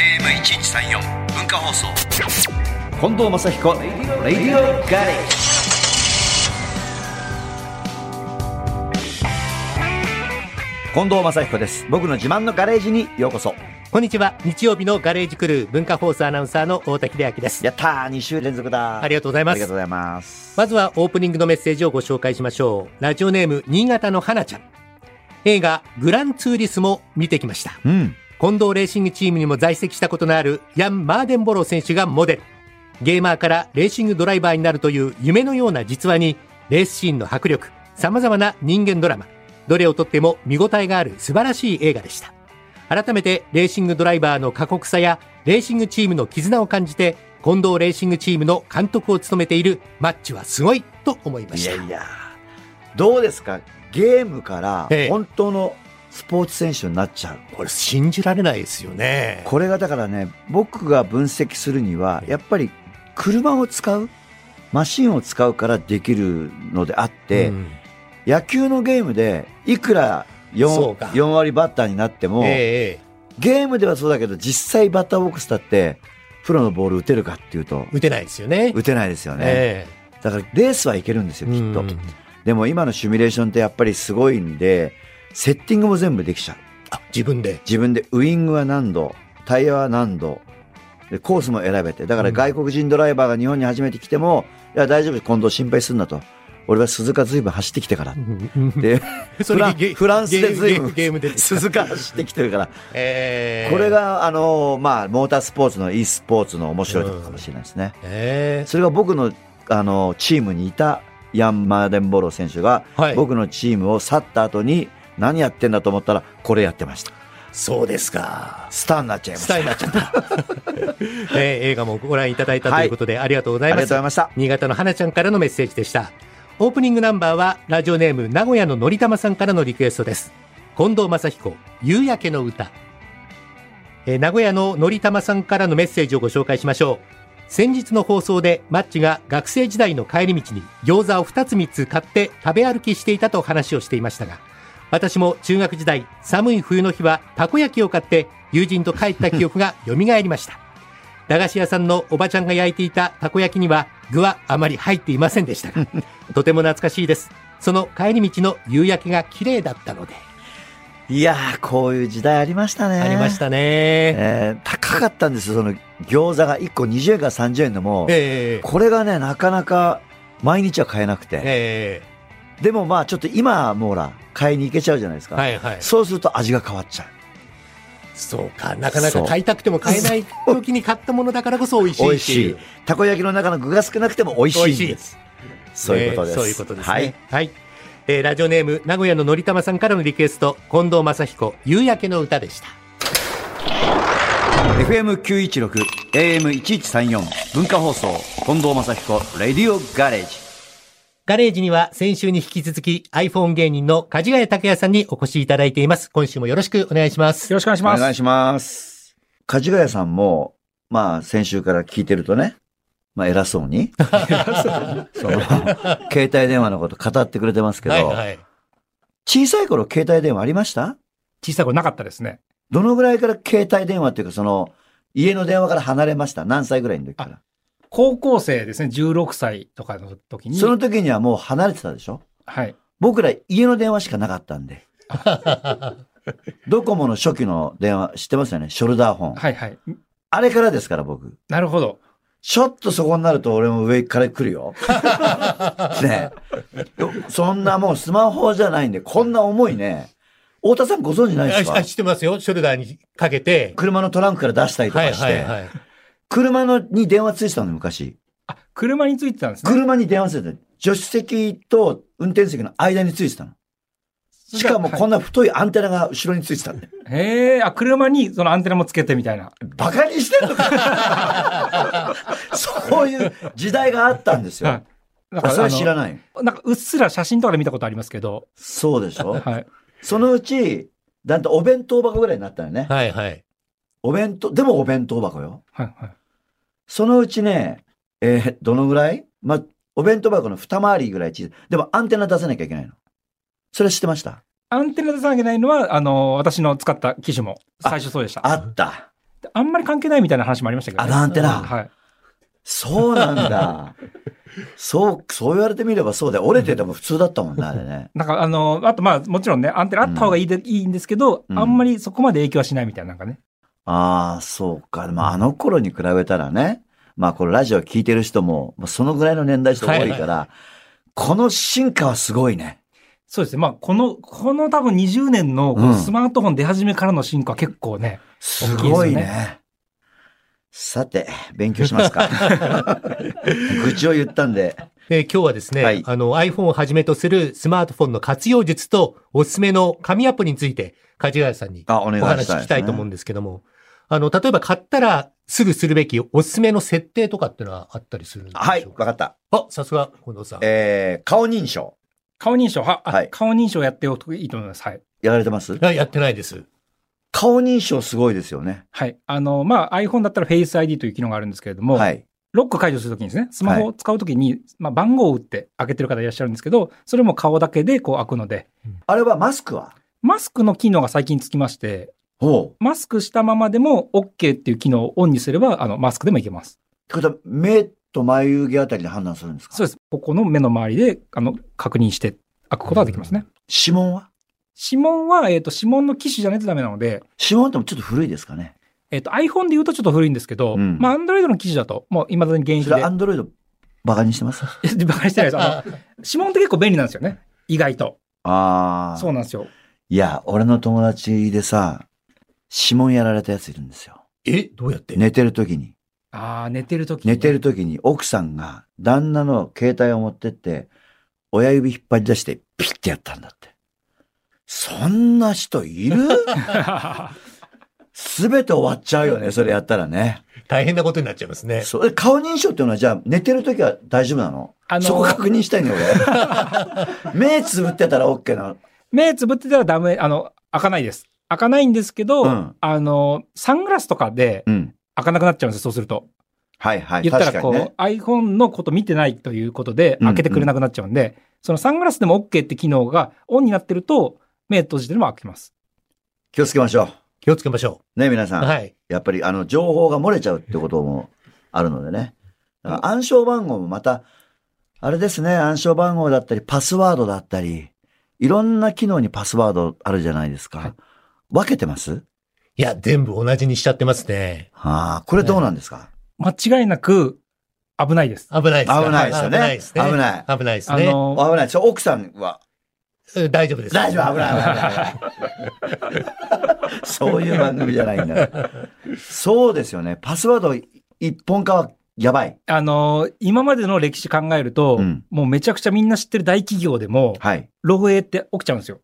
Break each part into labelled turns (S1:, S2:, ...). S1: AM1134 文化放送
S2: 近藤正彦レディオガレージ近藤正彦です僕の自慢のガレージにようこそ
S3: こんにちは。日曜日のガレージクルー文化放送アナウンサーの太田秀明です。
S2: やったー2週連続だ
S3: ありがとうございま
S2: あ
S3: す
S2: りがとうございます
S3: まずはオープニングのメッセージをご紹介しましょう。ラジオネーム、新潟の花ちゃん。映画、グランツーリスも見てきました。
S2: うん
S3: 近藤レーシングチームにも在籍したことのあるヤン・マーデンボロー選手がモデル。ゲーマーからレーシングドライバーになるという夢のような実話に、レースシーンの迫力、様々な人間ドラマ、どれをとっても見応えがある素晴らしい映画でした。改めて、レーシングドライバーの過酷さや、レーシングチームの絆を感じて、近藤レーシングチームの監督を務めているマッチはすごいと思いま
S2: い
S3: した。
S2: やいやどうですかゲームから
S3: ええ
S2: 本当のスポーツ選手になっちゃう
S3: これ信じられないですよね。
S2: これがだからね僕が分析するにはやっぱり車を使うマシンを使うからできるのであって、
S3: うん
S2: 野球のゲームでいくら
S3: そう
S2: 4,
S3: か
S2: 4割バッターになっても、
S3: ええええ
S2: ゲームではそうだけど実際バッターボックスだってプロのボール打てるかっていうと
S3: 打てないですよね。
S2: 打てないですよね、
S3: え
S2: だからレースはいけるんです
S3: え
S2: よきっと、
S3: うん
S2: でも今のシミュレーションってやっぱりすごいんでセッティングも全部できちゃう
S3: あ自分で。
S2: 自分でウイングは何度、タイヤは何度、でコースも選べて、だから外国人ドライバーが日本に初めて来ても、いや、大丈夫、今度心配すんなと。俺は鈴鹿随分走ってきてから。で、
S3: そ
S2: フラン
S3: ゲ
S2: フランスで随分
S3: ゲームゲームでですか
S2: 鈴鹿走ってきてるから。
S3: えー
S2: これ、が、あの、まあ、モータースポーツの e スポーツの面白いところかもしれないですね。
S3: えー
S2: それが僕の、あの、チームにいたヤン・マーデンボロー選手が、
S3: はい
S2: 僕のチームを去った後に、何やってんだと思ったら、これやってました。
S3: そうですか。
S2: スターになっちゃいまし
S3: ス
S2: た。
S3: ターになっちゃった。 えー映画もご覧いただいたということで、ありがとうござ
S2: あ
S3: い
S2: りがと
S3: ま
S2: うご
S3: す
S2: ざい。ました。
S3: 新潟の花ちゃんからのメッセージでした。オープニングナンバーは、ラジオネーム、名古屋ののりたまさんからのリクエストです。近藤正彦、夕焼けの歌。えー名古屋ののりたまさんからのメッセージをご紹介しましょう。先日の放送で、マッチが学生時代の帰り道に餃子を2つ3つ買って食べ歩きしていたと話をしていましたが、私も中学時代、寒い冬の日はたこ焼きを買って友人と帰った記憶が蘇りました。駄菓子屋さんのおばちゃんが焼いていたたこ焼きには具はあまり入っていません でしたが、とても懐かしいです。その帰り道の夕焼けが綺麗だったので。
S2: いやー、こういう時代ありましたね。
S3: ありまし。たね。
S2: えー、高かったんですよ、その餃子が1個20円から30円でも、
S3: ええ
S2: これがね、なかなか毎日は買えなくて。
S3: え
S2: でもまあ、ちょっと今はもうほら、買いに行けちゃうじゃないです
S3: え
S2: か。
S3: はいはい。
S2: そうすると味が変わっちゃう。
S3: そうか、なかなか買いたくても買えない時に買ったものだからこそ美味しい
S2: 美
S3: っていう。
S2: 味しい。たこ焼きの中の具が少なくても美味しいん
S3: 美味しい
S2: です。そういうことです。
S3: えーそういうことですね。
S2: は
S3: はいい。。えーラジオネーム、名古屋ののりたまさんからのリクエスト、近藤正彦、夕焼けの歌でした。
S2: FM916、AM1134、文化放送、近藤正彦、レディオガレージ。
S3: ガレージには先週に引き続き iPhone 芸人の梶ヶ谷拓也さんにお越しいただいています。今週もよろしくお願いします。
S4: よろしくお願いし
S2: お
S4: ます。
S2: 願いします。梶ヶ谷さんも、まあ、先週から聞いてるとね、まあ、偉そうに、その、携帯電話のこと語ってくれてますけど、
S3: はいはい。
S2: 小さい頃携帯電話ありました
S4: 小さい頃なかったですね。
S2: どのぐらいから携帯電話っていうか、その、家の電話から離れました何歳ぐらいの時から
S4: 高校生ですね、16歳とかの時に。
S2: その時にはもう離れてたでしょ
S4: はい。
S2: 僕ら家の電話しかなかったん で。ドコモの初期の電話知ってますよねショルダーホン。
S4: はいはい。
S2: あれからですから僕。
S4: なるほど。
S2: ちょっとそこになると俺も上から来るよ。ねえよそんなもうスマホじゃないんで、こんな重いね。太田さんご存知ないですか
S3: あ、知ってますよ。ショルダーにかけて。
S2: 車のトランクから出したりと
S3: はい
S2: かして。
S3: はいはい。
S2: 車のに電話ついてたの昔。
S4: あ、車についてたんですね。
S2: 車に電話ついてた。助手席と運転席の間についてたの。しかもこん
S4: な。
S2: な太いアンテナが後ろについてたんで。
S4: へえ、あ、車にそのアンテナもつけてみたいな。
S2: バカにしてんのかそういう時代があったんですよ
S4: は。い。なんか
S2: それ知ら
S4: な
S2: ない。
S4: なんかうっすら写真とかで見たことありますけど。
S2: そうでしょ
S4: はい。
S2: そのうち、だんだんお弁当箱ぐらいになったよね。
S3: はいはい。
S2: お弁当、でもお弁当箱よ。
S4: はいはい。
S2: そのうちね、えーどのぐらいまあ、お弁当箱の二回りぐらい小さい。でもアンテナ出さなきゃいけないの。それ知ってました
S4: アンテナ出さなきゃいけないのは、あの、私の使った機種も最初そうでした。
S2: あ
S4: あ
S2: った。
S4: んまり関係ないみたいな話もありましたけど、
S2: あのアンテナ
S4: はい。
S2: そうなん だ。そう、そう言われてみればそうだよ。折れてても普通だったもんね、あれ ね。
S4: なんか、あの、あと、まあ、もちろんね、アンテナあった方がいいで、いいんですけど、
S2: うん
S4: あんまりそこまで影響はしないみたいな、なんかね。
S2: ああ、そうか。まあ、あの頃に比べたらね、まあ、このラジオ聞いてる人も、まあそのぐらいの年代人多いから、この進化はすごいね。
S4: そうですね。まあ、この、この多分20年の、こ
S2: うん
S4: のスマートフォン出始めからの進化は結構ね、
S2: すごい
S4: 大きいです
S2: ね。
S4: よ
S2: さて、勉強しますか。愚痴を言ったんで。
S3: えー今日はですね、
S2: はい
S3: あの iPhone をはじめとするスマートフォンの活用術とおすすめの紙アプリについて、梶ヶ谷さんに
S2: あ、お願い
S3: お
S2: したいで
S3: 話
S2: すね、
S3: 聞きたいと思うんですけども、あの、例えば買ったらすぐするべきおすすめの設定とかっていうのはあったりするんでしょうか
S2: はい、わかった。
S3: あ、さすが、近藤さん。
S2: えー、顔認証。
S4: 顔認証は、あ
S2: はい
S4: 顔認証やっておくといいと思います。はい。
S2: やられてます
S3: あやってないです。
S2: 顔認証すごいですよね。
S4: はい。あの、まあ、iPhone だったら Face ID という機能があるんですけれども、
S2: はい。
S4: ロック解除するときにですね、スマホを使うときに、まあ、番号を打って開けてる方いらっしゃるんですけど、それも顔だけでこう開くので、
S2: あれはマスクは
S4: マスクの機能が最近つきまして、
S2: ほう。
S4: マスクしたままでも OK っていう機能をオンにすれば、あの、マスクでもいけます。
S2: ってことは、目と眉毛あたりで判断するんですか
S4: そうです。ここの目の周りで、あの、確認して開くことができますね。
S2: 指紋は
S4: 指紋は、えっ、と、指紋の機種じゃないとダメなので、
S2: 指紋ってもちょっと古いですかね。
S4: えっ、と、iPhone で言うとちょっと古いんですけど、
S2: うん
S4: まあ、Android の機種だと、もう未だに現役
S2: そ
S4: で
S2: れ、ア ンドロイドバカにしてます。
S4: バカにしてないです。あの、 指紋って結構便利なんですよね。意外と。
S2: ああ。
S4: そうなんですよ。
S2: いや、俺の友達でさ、指紋やられたやついるんですよ。
S3: え、どうやって
S2: 寝てる時に、
S4: ああ、寝てるとき、
S2: 寝 てる時に奥さんが旦那の携帯を持ってって、親指引っ張り出してピッてやったんだって。そんな人い るすべて終わっちゃうよね、それやったらね。
S3: 大変なことになっちゃいますね。
S2: それ顔認証っていうのはじゃあ寝てる時は大丈夫なの
S4: あのー
S2: そこ確認したいの俺。 目つぶってたら OK なの。
S4: 目つぶってたらダメ、あの、開かないです。開かないんですけど、
S2: うん
S4: あの、サングラスとかで
S2: うん。
S4: 開かなくなっちゃうんですよ、そうすると。
S2: はいはい。
S4: 言ったら
S2: 確
S4: こ
S2: か
S4: う、
S2: にね
S4: iPhone のこと見てないということで、
S2: うん
S4: 開けてくれなくなっちゃうんで、そのサングラスでも OK って機能がオンになってると、目閉じてるのも開きます。
S2: 気をつけましょ
S3: 気をつけましょ
S2: う。ね、皆さ
S3: う。
S2: ん。
S3: はい。
S2: やっぱりあの情報が漏れちゃうってこともあるのでね。だから暗証番号もまた、あれですね、暗証番号だったり、パスワードだったり、いろんな機能にパスワードあるじゃないですか。
S4: はい
S2: 分けてます
S3: いや、全部同じにしちゃってますね。
S2: ああ、これどうなんですか、
S4: 間違いなく、危ないです。
S3: 危ないですね
S2: 危ないですよね。
S3: 危ないですね。
S2: 危ない。
S3: 危ないです
S4: あ
S3: ね。
S4: の、
S2: 危ない。そう奥さんは、
S3: うん大丈夫です。
S2: 大丈夫、危ない、 危ない。そういう番組じゃないんだ。そうですよね。パスワード一本化はやばい。
S4: あの、今までの歴史考えると、
S2: うん
S4: もうめちゃくちゃみんな知ってる大企業でも、
S2: はい。
S4: 漏洩って起きちゃうんですよ。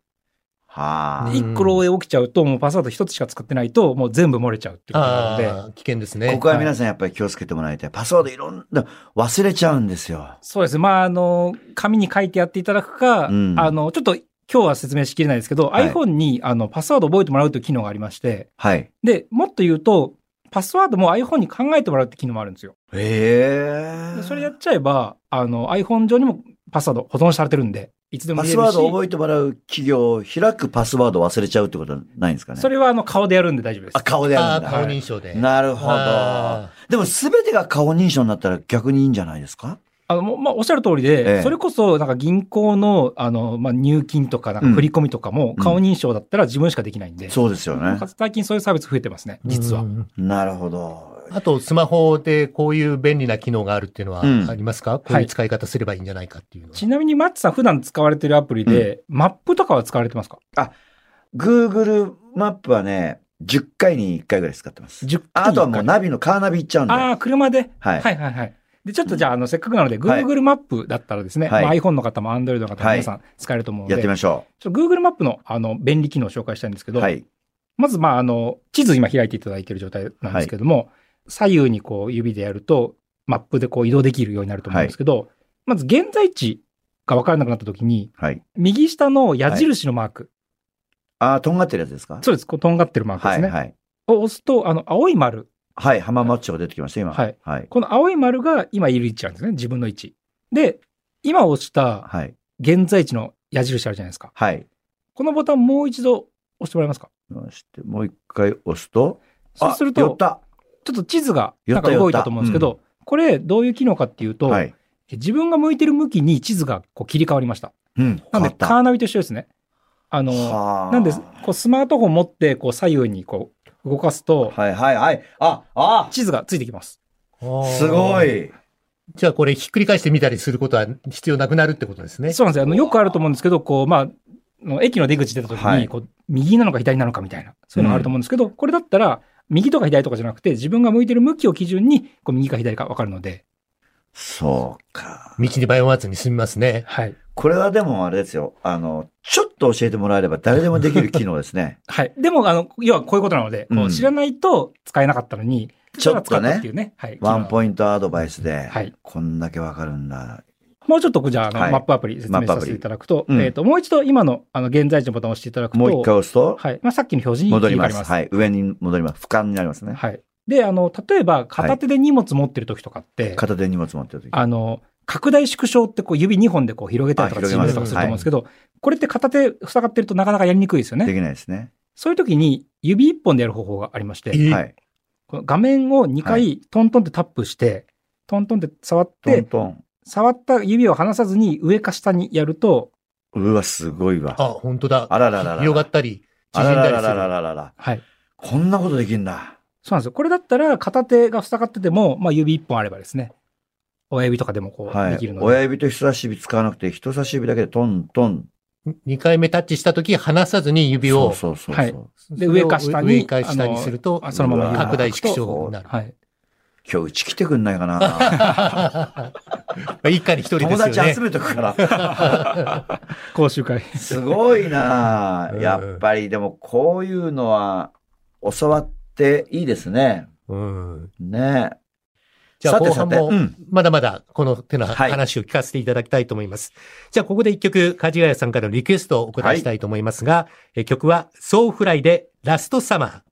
S2: はあ。
S3: うん
S4: 一個漏洩起きちゃうと、もうパスワード一つしか使ってないと、もう全部漏れちゃうっていうことなので、
S3: ああ、危険ですね。
S2: ここは皆さんやっぱり気をつけてもらいたい。パスワードいろんな、忘れちゃうんですよ。
S4: そうですね。まあ、あの、紙に書いてやっていただくか、
S2: うん
S4: あの、ちょっと今日は説明しきれないですけど、
S2: はい
S4: iPhone にあのパスワードを覚えてもらうという機能がありまして、
S2: はい。
S4: で、もっと言うと、パスワードも iPhone に考えてもらうって機能もあるんですよ。
S2: へえ。
S4: でそれやっちゃえば、あの、iPhone 上にもパスワード保存されてるんで、いつでも
S2: パ
S4: 見れ
S2: ス
S4: るし。
S2: ワードを覚えてもらう企業を開くパスワードを忘れちゃうってことはないんですかね。
S4: それはあの、顔でやるんで大丈夫です
S2: あ、。顔で
S3: あ
S2: や
S3: あ
S2: るん
S3: 顔
S2: だ。
S3: 認証で。
S2: なるほど
S3: あ。
S2: でも全てが顔認証になったら逆にいいんじゃないですか
S4: あの、もうまあ、おっしゃる通りで、
S2: ええ
S4: それこそ、なんか銀行の、あの、まあ、入金とか、なんか振り込みとかも、
S2: うん
S4: 顔認証だったら自分しかできないんで、
S2: そうですよ
S4: なん
S2: ね
S4: か。最近そういうサービス増えてますね、
S3: ー
S4: 実は
S3: う。ん
S2: なるほど。
S3: あと、スマホでこういう便利な機能があるっていうのは
S2: うん
S3: ありますか、こういう使い方すればいいんじゃないかっていうのは。
S4: ちなみに、マッチさん、普段使われてるアプリで、マップとかは使われてますか
S2: Google マップはね、10回に1回ぐらい使ってます。
S4: 10
S2: あとはもうナビのカーナビ行っちゃうんで。
S4: ああ、車で。
S2: はい。
S4: はいはいはい。で、ちょっとじゃあ、あの、せっかくなので、
S2: はい
S4: Google マップだったらですね、
S2: はい
S4: まあ、iPhone の方も Android の方も
S2: はい
S4: 皆さん使えると思うので、
S2: やってみましょ
S4: ちょっと Google マップの、あの、便利機能を紹介したいんですけ
S2: う。
S4: ど、
S2: はい。
S4: まず、まあ、あの、地図今開いていただいている状態なんですけども、左右にこう指でやると、マップでこう移動できるようになると思うんですけど、まず現在地が分からなくなった時に、
S2: はい。
S4: 右下の矢印のマーク、
S2: ああ、とんがってるやつですか
S4: そうです、こうとんがってるマークで
S2: は
S4: す
S2: い
S4: ね、
S2: はい。
S4: を押すと、あの、青い丸、
S2: はい、浜松町が出てきました、今。
S4: はい。
S2: はい。
S4: この青い丸が今いる位置なんですね、自分の位置。で、今押した
S2: はい。
S4: 現在地の矢印あるじゃないですか。
S2: はい。
S4: このボタンもう一度押してもらえますか
S2: そして、もう一回押すと、
S4: そうする
S2: あ寄っ
S4: と、ちょ
S2: た。
S4: っと地図が
S2: 寄
S4: な
S2: っ
S4: ん
S2: た
S4: か動いたと思うんですけ
S2: 寄
S4: ど、これどういう機能かっていうと、
S2: はい。
S4: 自分が向いてる向きに地図がこう切り替わりました。
S2: うん。
S4: なんで、
S2: 変
S4: カ
S2: わっ
S4: ーナビと一緒ですね。あ
S2: た
S4: の、
S2: はあ
S4: なんで、こうスマートフォン持って、こう左右にこう動かすと、
S2: はいはいはい。あ、あ
S4: 地図がついてきます。
S2: すご。い。
S3: じゃあこれひっくり返してみたりすることは必要なくなるってことですね。
S4: そうなんですよ。あのよくあると思うんですけど、こう、まあ、の駅の出口出た時
S2: は
S4: に、
S2: い
S4: こう、右なのか左なのかみたいな、そういうのがあると思うんですけど、これだったら、右とか左とかじゃなくて、自分が向いてる向きを基準に、こう、右か左か分かるので、
S2: そうか。
S3: 道に迷わずに済みますね。
S4: はい。
S2: これはでもあれですよ。あの、ちょっと教えてもらえれば誰でもできる機能です ね。
S4: はい。でも、あの、要はこういうことなので、こ
S2: う
S4: うん知らないと使えなかったのに、
S2: ちょっとね
S4: だから使たっていうね。はい。
S2: ワン
S4: イン
S2: ポイントアドバイスで、
S4: はい
S2: こんだけわかるんだ。
S4: ト。もうちょっと、じゃあ、あの
S2: はい
S4: マップアプリ説
S2: マ
S4: 明
S2: ップア
S4: さ
S2: プリ
S4: せていただくと、
S2: うん
S4: えっ、と、もう一度今の、あの、現在地のボタンを押していただくと、
S2: もう一回押すと、
S4: はい。まあ、さっきの表示に
S2: 戻りま
S4: 切
S2: す。
S4: 替わ
S2: はい。上に戻ります。俯瞰になりますね。
S4: はい。で、あの、例えば、片手で荷物持ってる時とかって、
S2: 片手に荷物持ってる時。
S4: あの、拡大縮小ってこう指2本でこう広げたりとか
S2: あ広
S4: 縮
S2: げ
S4: め
S2: ま
S4: た
S2: す
S4: りとかすると思うんですけど、これって片手塞がってるとなかなかやりにくいですよ
S2: で
S4: ね。
S2: きないですね。
S4: そういう時に指1本でやる方法がありまして、
S3: え
S2: はい。
S4: この画面を2
S2: は
S4: 回トントンってタップして、トントンって触っ
S2: トン
S4: て、
S2: トン。
S4: 触った指を離さずに上か下にやると、
S2: うわ、すごいわ。
S3: あ、本当だ。
S2: あらららら
S3: 広がったり、
S2: あ
S3: 縮ん
S2: ら
S3: だ
S2: ら
S3: り
S2: ら
S3: す
S2: ら
S3: る。
S2: らららら。
S4: はい。
S2: こんなことできるんだ。
S4: そうなんですよ。これだったら片手が塞がってても、まあ指1本あればですね、親指とかでもこう
S2: は
S4: できる
S2: い。
S4: ので。
S2: 親指と人差し指使わなくて、人差し指だけでトントン。
S3: 2回目タッチしたとき、離さずに指
S2: そう
S3: を、
S2: そうそうそう。
S4: はい
S3: そ
S4: で
S3: れを
S4: 上か下に
S3: 上か下にすると、
S4: あそのまま
S3: 拡大縮小になる。
S4: はい。
S2: 今日うち来てくんないかな。
S3: 一家に一人ですよ
S2: 友
S3: ね。
S2: 達集めとくから。
S4: 講習会。
S2: すごいなあ
S3: うん
S2: やっぱりでもこういうのは教わっていいですね。
S3: うん。
S2: ねえ
S3: じゃあ
S2: さて
S3: 後
S2: さ
S3: 半
S2: て
S3: も
S2: うん、
S3: まだまだこの手の
S2: はい
S3: 話を聞かせていただきたいと思います。じゃあここで一曲、梶ヶ谷さんからのリクエストをお答えしたいと思いますが、え曲は、ソーフライでラストサマー。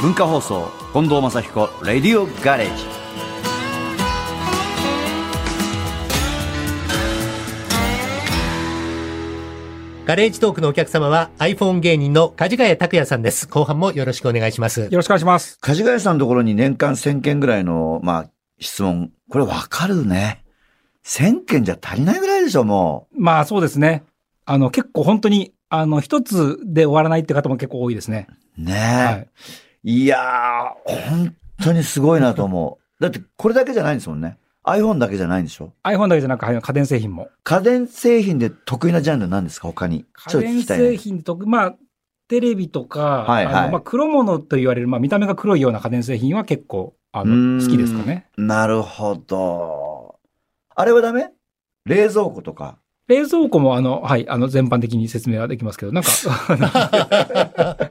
S2: 文化放送、近藤正彦、レディオガレージ。
S3: ガレージトークのお客様は iPhone 芸人の梶ヶ谷拓也さんです。後半もよろしくお願いします。
S4: よろしくお願いします。
S2: 梶ヶ谷さんのところに年間1000件ぐらいの、まあ、質問。これわかるね。1000件じゃ足りないぐらいでしょ、も
S4: まあそうですね。あの、結構本当に、あの、一つで終わらないって方も結構多いですね。
S2: う。ねえ。
S4: はい。
S2: いやー、本当にすごいなと思う。だ って、これだけじゃないんですもんね。iPhone だけじゃないんでしょ
S4: iPhone だけじゃなく、はい家電製品も。
S2: 家電製品で得意なジャンルなんですか他に。ち
S4: 家
S2: ょっと聞
S4: 電
S2: きたい
S4: 製
S2: な。
S4: 品とか、まあ、テレビとか、
S2: はいはい
S4: あのまあ、黒物と言われる、まあ、見た目が黒いような家電製品は結構、あ
S2: うーん
S4: の、好きですかね。
S2: なるほど。あれはダメ冷蔵庫とか。
S4: 冷蔵庫も、あの、はい、あの、全般的に説明はできますけど、な んか、 あの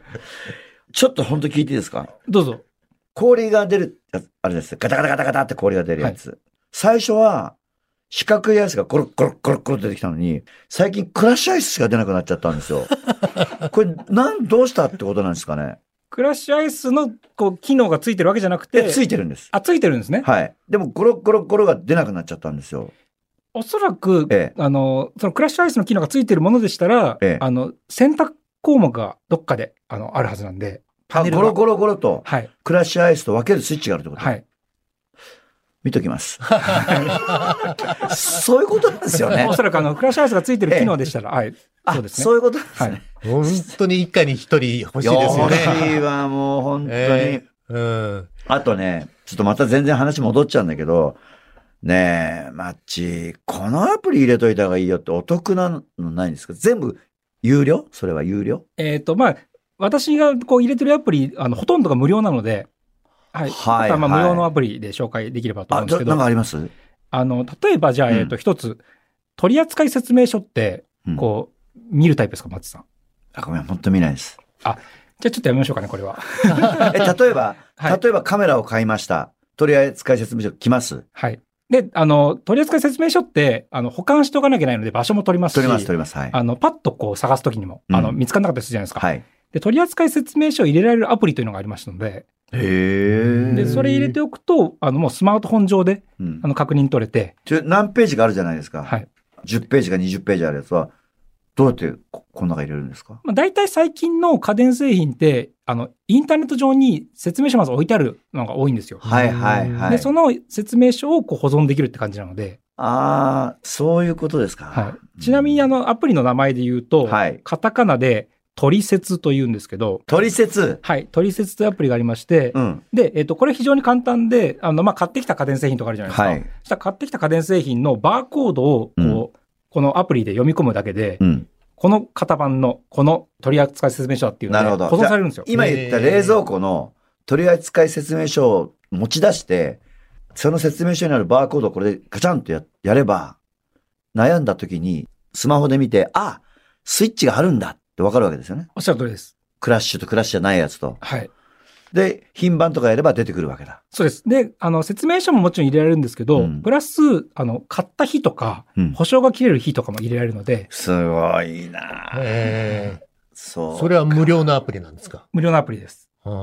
S2: ちょっと本当聞いていいですか
S4: どうぞ。
S2: 氷が出るやつ、あれです。ガタガタガタガタって氷が出るやつ。最初は、四角いやつがコロッコロッコロッコロッ出てきたのに、最近クラッシュアイスしか出なくなっちゃったんですよ。これ、なん、どうしたってことなんですかね
S4: クラッシュアイスの、こう、機能がついてるわけじゃなく
S2: いや
S4: て、
S2: ついてるんです。
S4: あ、ついてるんですね。
S2: はい。でも、ゴロゴロゴロが出なくなっちゃったんですよ。
S4: おそらく、
S2: ええ
S4: あの、そのクラッシュアイスの機能がついてるものでしたら、
S2: ええ
S4: あの、選択項目がどっかで、あの、あるはずなんで、
S2: あ、
S4: パネル
S2: ゴ
S4: が
S2: ロゴロゴロと、
S4: はい、
S2: クラッシュアイスと分けるスイッチがあるってこと、
S4: はい。
S2: 見ときます。そういうことなんですよね
S4: お。そらく、あの、クラッシュアイスがついてる機能でしたら、はい、
S2: あ、
S4: そうですね。
S2: そういうことなんですね。
S3: 本当に一家に一人欲しいですよ
S2: 欲
S3: ね。
S2: しいわ、もう本当に。
S3: ええうん。
S2: あとね、ちょっとまた全然話戻っちゃうんだけど、ねえ、マッチ、このアプリ入れといた方がいいよってお得なのないんですか全部有料それは有料
S4: えっ、と、まあ、私がこう入れてるアプリ、あの、ほとんどが無料なので、はい。
S2: はい
S4: またま
S2: は
S4: あ
S2: い
S4: 無料のアプリで紹介できればと思う
S2: あ、
S4: んで
S2: ど
S4: すけ
S2: な
S4: ど、
S2: んかありますう
S4: あの、例えば、じゃあ、
S2: うん
S4: えっ、と、一つ、取扱説明書って、
S2: ん
S4: こう、見るタイプですか、松さん。
S2: あごめん、本当見ない です。
S4: じゃあ、ちょっとやめましょうかね、これは。
S2: え、例えば、
S4: はい
S2: 例えばカメラを買いました。取扱説明書来ます
S4: はい。で、あの、取扱説明書って、あの、保管しておかなきゃいけないので場所も取りますし、
S2: 取ります、取ります。はい。
S4: あの、パッとこう探すときにも、
S2: うん
S4: あの、見つからなかったりするじゃないですか。
S2: はい。
S4: で、取扱説明書を入れられるアプリというのがありましたので、
S2: へえ。
S4: で、それ入れておくと、あの、もうスマートフォン上で、
S2: うん
S4: あの、確認取れて、
S2: ちょ何ページかあるじゃないですか。
S4: はい。
S2: 10ページか20ページあるやつは、どうやってここの中入れるんですか
S4: まあ、大体最近の家電製品って、あの、インターネット上に説明書まず置いてあるのが多いんですよ。
S2: はいはいはい。
S4: で、その説明書をこう保存できるって感じなので、
S2: ああ、そういうことですか。
S4: はい。ちなみに、あの、アプリの名前で言うと、
S2: はい
S4: カタカナで、トリセツと言うんですけど、
S2: 取説。
S4: はい、トリセツというアプリがありまして、
S2: うん。
S4: で、えっ、と、これ非常に簡単で、あの、まあ、買ってきた家電製品とかあるじゃないですか。
S2: はい。
S4: そしたら買ってきた家電製品のバーコードを、こう、
S2: うん
S4: このアプリで読み込むだけで、
S2: うん。
S4: この型番の、この取扱説明書だっていう
S2: なる
S4: の
S2: ほ
S4: で、
S2: ど
S4: 保存されるんですよ。
S2: 今言った冷蔵庫の取扱説明書を持ち出して、その説明書にあるバーコードをこれでガチャンとややれば、悩んだ時にスマホで見て、あ、スイッチがあるんだってわかるわけですよね。
S4: おっしゃる通りです。
S2: クラッシュとクラッシュじゃないやつと。
S4: はい。
S2: で、品番とかやれば出てくるわけだ。
S4: そうです。で、あの、説明書ももちろん入れられるんですけど、
S2: うん
S4: プラス、あの、買った日とか、
S2: うん。
S4: 保証が切れる日とかも入れられるので、
S2: すごいな
S3: え
S2: そ
S3: ー
S2: う。
S3: それは無料のアプリなんですか
S4: 無料のアプリです。
S3: あー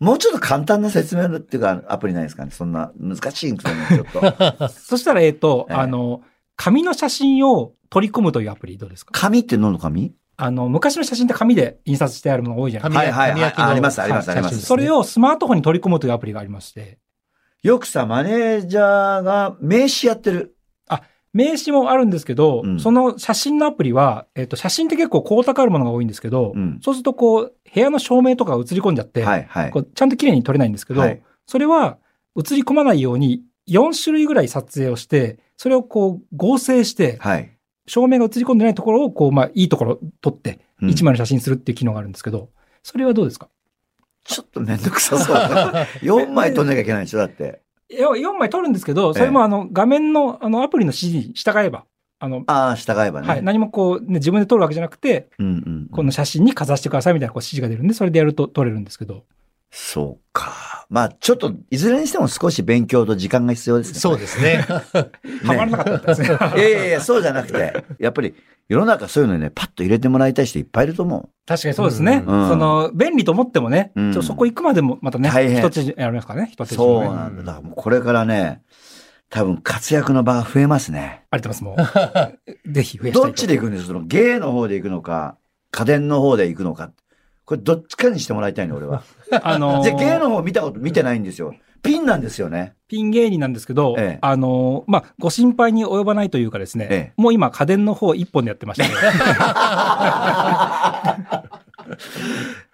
S2: もうちょっと簡単な説明っていうか、アプリないですかね。そんな難しいんですよね、ちょっと。
S4: そしたら、えっ、と、
S2: ええ
S4: あの、紙の写真を取り込むというアプリどうですか
S2: 紙って何の紙
S4: あの、昔の写真って紙で印刷してあるもの多いじゃないですか。
S2: はいはい
S3: 紙
S2: はい
S3: 焼。きの
S2: ありますあります
S3: は
S2: あ
S3: い
S2: りま。
S3: 写真ですね
S4: それをスマートフォンに取り込むというアプリがありまして、
S2: よくさ、マネージャーが名刺やってる。
S4: 名刺もあるんですけど、
S2: うん
S4: その写真のアプリは、えっ、と、写真って結構光沢あるものが多いんですけど、
S2: うん
S4: そうするとこう、部屋の照明とかが映り込んじゃって、
S2: はいはい
S4: こ。うちゃんと綺麗に撮れないんですけど、
S2: はい
S4: それは映り込まないように4種類ぐらい撮影をして、それをこう合成して、
S2: はい。
S4: 照明が映り込んでないところをこう、まあ、いいところ撮って、
S2: うん
S4: 一枚の写真にするっていう機能があるんですけど、それはどうですか
S2: ちょっとめんどくさそう だ。4枚取んなきゃいけないでしょ、だって。
S4: いや ?4 枚撮るんですけど、それもあの、画面のあの、アプリの指示に従えば、あの、
S2: ああ、従えばね。
S4: はい、何もこう、ね、自分で撮るわけじゃなくて、
S2: うんうんう
S4: こ
S2: ん。
S4: の写真にかざしてくださいみたいなこう指示が出るんで、それでやると撮れるんですけど。
S2: そうか。まあ、ちょっと、いずれにしても少し勉強と時間が必要ですね。
S3: そうですね。
S2: ね
S4: はまらなかったですね。
S2: いやいやいや、そうじゃなくて、やっぱり、世の中そういうのにね、パッと入れてもらいたい人いっぱいいると思
S4: 確かにそうですね。
S2: うん
S4: その、便利と思ってもね、
S2: うん
S4: ちょそこ行くまでもまたね、
S2: 大変
S4: 一手やりますからね、一
S2: う。
S4: 手
S2: そう
S4: ね。
S2: なんだ。だからもうこれからね、多分活躍の場が増えますね。
S4: ありてます、もう。 ぜひ増やしたいと
S2: どっちで行くんですその芸の方で行くのか、家電の方で行くのか。これどっちかにしてもらいたいの、俺は。
S4: あの ー
S2: じゃあ芸の方見たこと、見てないんですよ。ピンなんですよね。
S4: ピン芸人なんですけど、
S2: ええ
S4: あのーまあ、ご心配に及ばないというかですね、
S2: え
S4: もう今家電の方一本でやっ てまして、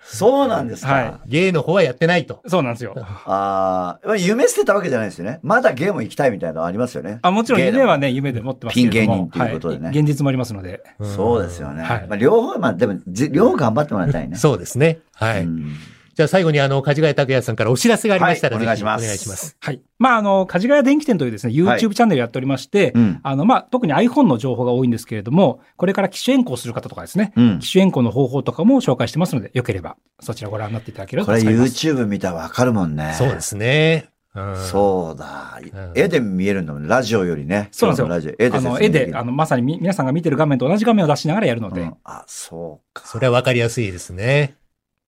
S2: そうなんですか。
S4: はい
S3: 芸の方はやってないと。
S4: そうなんですよ。
S2: ああ、夢捨てたわけじゃないですよね。まだ芸も行きたいみたいなのありますよね。
S4: あもちろん
S2: 芸で
S4: 夢はね、夢で持ってますけれども。
S2: ピン芸人ということでね
S4: は現実もありますので。
S2: そうですよね。
S4: はい
S2: まあ、両方、まあでも、じ両方頑張ってもらい たいね。
S3: そうですね。はい。
S2: うん
S3: じゃあ最後にあの、かじがや拓也さんからお知らせがありましたら、
S2: はい
S3: ぜひ
S2: お願いします
S3: お願いします。
S4: はい。まあ、あの、かじがや電気店というですね、
S2: はい
S4: YouTube チャンネルやっておりまして、
S2: うん
S4: あの、まあ、特に iPhone の情報が多いんですけれども、これから機種変更する方とかですね、
S2: うん
S4: 機種変更の方法とかも紹介してますので、よければ、そちらご覧になっていただけれ
S2: こ
S4: ば
S2: れ
S4: 助かります。
S2: YouTube 見たらわかるもんね。
S3: そうで。すね。うん
S2: そうだ
S3: ん。
S2: 絵で見えるんだもんね。ラジオよりね。
S4: そうなんですよ
S2: 今日のラジオ。絵で説明
S4: あの、絵
S2: き
S4: で、
S2: る
S4: あの、まさにみ皆さんが見てる画面と同じ画面を出しながらやるので、
S2: うんあ、そうか。
S3: それはわかりやすいですね。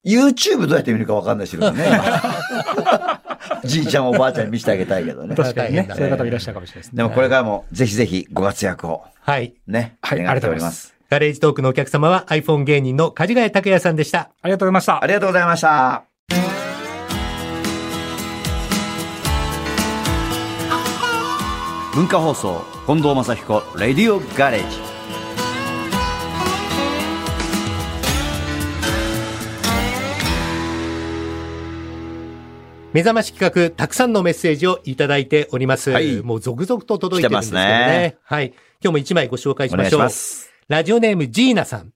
S2: YouTube どうやって見るかわかんないしね。 今じいちゃんおばあちゃんに見せてあげたいけどね。
S4: 確かにね
S3: 大変、だ
S4: そういう方もいらっしゃるかもしれないですね。
S2: でもこれからもぜひぜひご活躍を
S3: はい。
S2: ね。
S4: はい
S2: 願っております。
S3: ガレージトークのお客様は iPhone 芸人のかじがや拓也さんでした。
S4: ありがとうございました
S2: あ。りがとうございました。文化放送近藤正彦レディオガレージ。
S3: 目覚まし企画、たくさんのメッセージをいただいております。
S2: はい
S3: もう続々と届いてるんですけどね。
S2: 来てます
S3: はい。今日も一枚ご紹介し
S2: お
S3: ま
S2: 願い
S3: しょ
S2: し
S3: う。
S2: ます。
S3: ラジオネームジーナさん。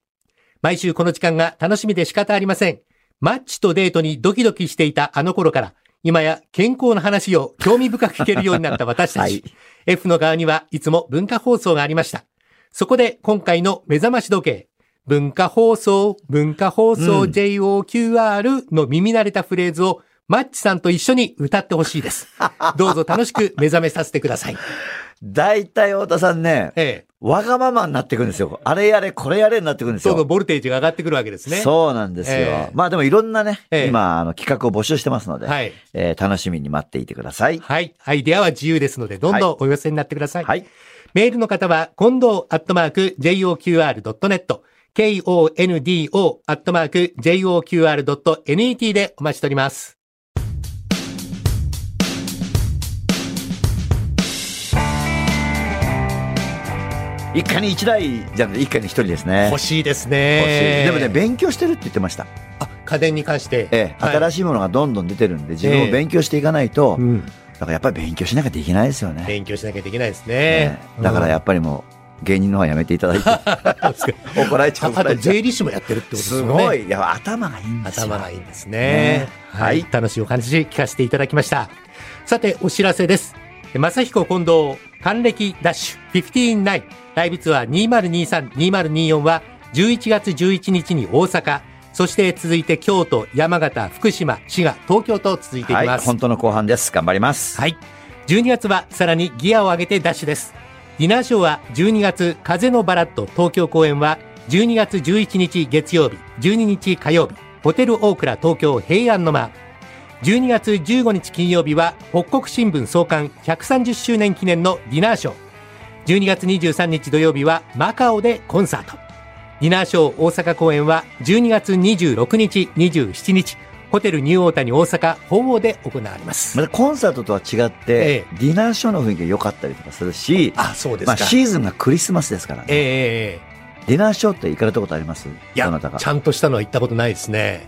S3: 毎週この時間が楽しみで仕方ありません。マッチとデートにドキドキしていたあの頃から、今や健康の話を興味深く聞けるようになった私たち。
S2: はい
S3: F の側にはいつも文化放送がありました。そこで今回の目覚まし時計、文化放送、文化放送、
S2: うん
S3: JOQR の耳慣れたフレーズをマッチさんと一緒に歌ってほし いです。どうぞ楽しく目覚めさせてください。
S2: 大体太田さんね、
S3: ええ。
S2: わがままになってくんですよ。あれやれ、これやれになってくんです
S3: その
S2: よ。
S3: ボルテージが上がってくるわけですね。
S2: そうなんですよ。
S3: ええ
S2: まあでもいろんなね、
S3: ええ
S2: 今、あの、企画を募集してますので、
S3: はい。
S2: えー楽しみに待っていてください。
S3: はい。アイデアは自由ですので、どんどんお寄せになってください。
S2: はい。
S3: メールの方は、近藤アットマーク JOQR.net、KONDO アットマーク JOQR.net でお待ちしております。
S2: 一家に一台じゃなくて、一家に一人ですね。
S3: 欲しいです
S2: 欲しい
S3: ね。
S2: でもね、勉強してるって言ってました。
S3: あ、家電に関して。
S2: ええ、
S3: はい
S2: 新しいものがどんどん出てるんで、自分
S3: ええ
S2: を勉強していかないと、
S3: うん
S2: だからやっぱり勉強しなきゃできないですよね。
S3: 勉強しなきゃできないです
S2: え
S3: ね。
S2: えだからやっぱりもう、芸人の方はやめていただいて、
S3: うん、そうですか
S2: 怒 られちゃ
S3: あ
S2: う、怒
S3: あ
S2: ら
S3: と
S2: れちゃう
S3: 税。理士もやってるってことです
S2: す
S3: よね。
S2: ご。い。いや、頭がいいんですよ。
S3: 頭がいいんですね。
S2: ね
S3: は
S2: はい
S3: い。楽しいお話聞かせていただきました。さて、お知らせです。正彦近藤、還暦ダッシュ、159、ライブツアー2023-2024は、11月11日に大阪、そして続いて京都、山形、福島、滋賀、東京と続いていき
S2: は
S3: ま
S2: い、
S3: す。
S2: 本当の後半です。頑張ります。
S3: はい。12月はさらにギアを上げてダッシュです。ディナーショーは12月風のバラッド東京公演は12月11日月曜日、12日火曜日、ホテル大倉東京平安の間。12月15日金曜日は北国新聞創刊130周年記念のディナーショー。12月23日土曜日はマカオでコンサート。ディナーショー大阪公演は12月26日、27日、ホテルニューオータニ大阪本王で行われます
S2: ま。たコンサートとは違って、
S3: え
S2: ディナーショーの雰囲気が良かったりとかするし、
S3: あ、そうです
S2: ま
S3: か。
S2: あシーズンがクリスマスですからね。
S3: えええ
S2: ディナーショーって行かれたことあります
S3: えい
S2: ど
S3: や
S2: なた、か
S3: ち。ゃんとしたのは行ったことないですね。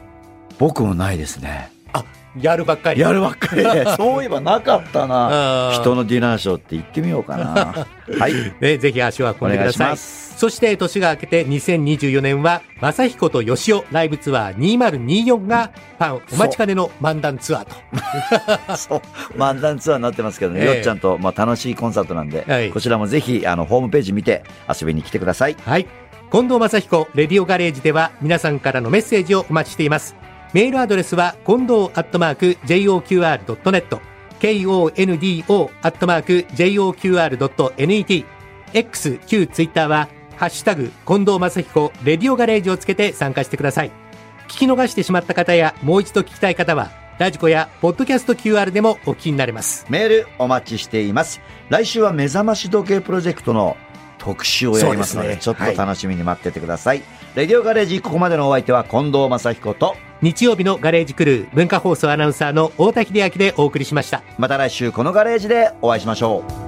S2: 僕もないですね。
S3: あ、やるばっかり。
S2: やるばっかりで。 そういえばなかったな。
S3: あー
S2: 人のディナーショーって行ってみようかな。はい。
S3: ね、ぜひ足を
S2: お
S3: 運んで
S2: 願
S3: くだ
S2: いし
S3: さ
S2: ま
S3: い。
S2: す。
S3: そして年が明けて2024年は、正彦と吉尾ライブツアー2024がファンお待ちかねの漫談ツアーと。
S2: そう。漫談ツアーになってますけどね、
S3: ええ
S2: よっちゃんと、まあ、楽しいコンサートなんで、
S3: はい
S2: こちらもぜひ、あの、ホームページ見て遊びに来てください。
S3: はい。近藤正彦、レディオガレージでは皆さんからのメッセージをお待ちしています。メールアドレスは、近藤アットマーク、joqr.net、kondo アットマーク、joqr.net、x、q、ツイッターは、ハッシュタグ、近藤正彦、レディオガレージをつけて参加してください。聞き逃してしまった方や、もう一度聞きたい方は、ラジコや、ポッドキャスト QR でもお聞きになれます。
S2: メールお待ちしています。来週は目覚まし時計プロジェクトの特集をやりますので、
S3: そうです
S2: ちょ
S3: ね
S2: っと楽しみに待っててください。レディオガレージ、ここまでのお相手は近藤正彦と、
S3: 日曜日のガレージクルー、文化放送アナウンサーの太田秀明でお送りしました。
S2: また来週このガレージでお会いしましょう。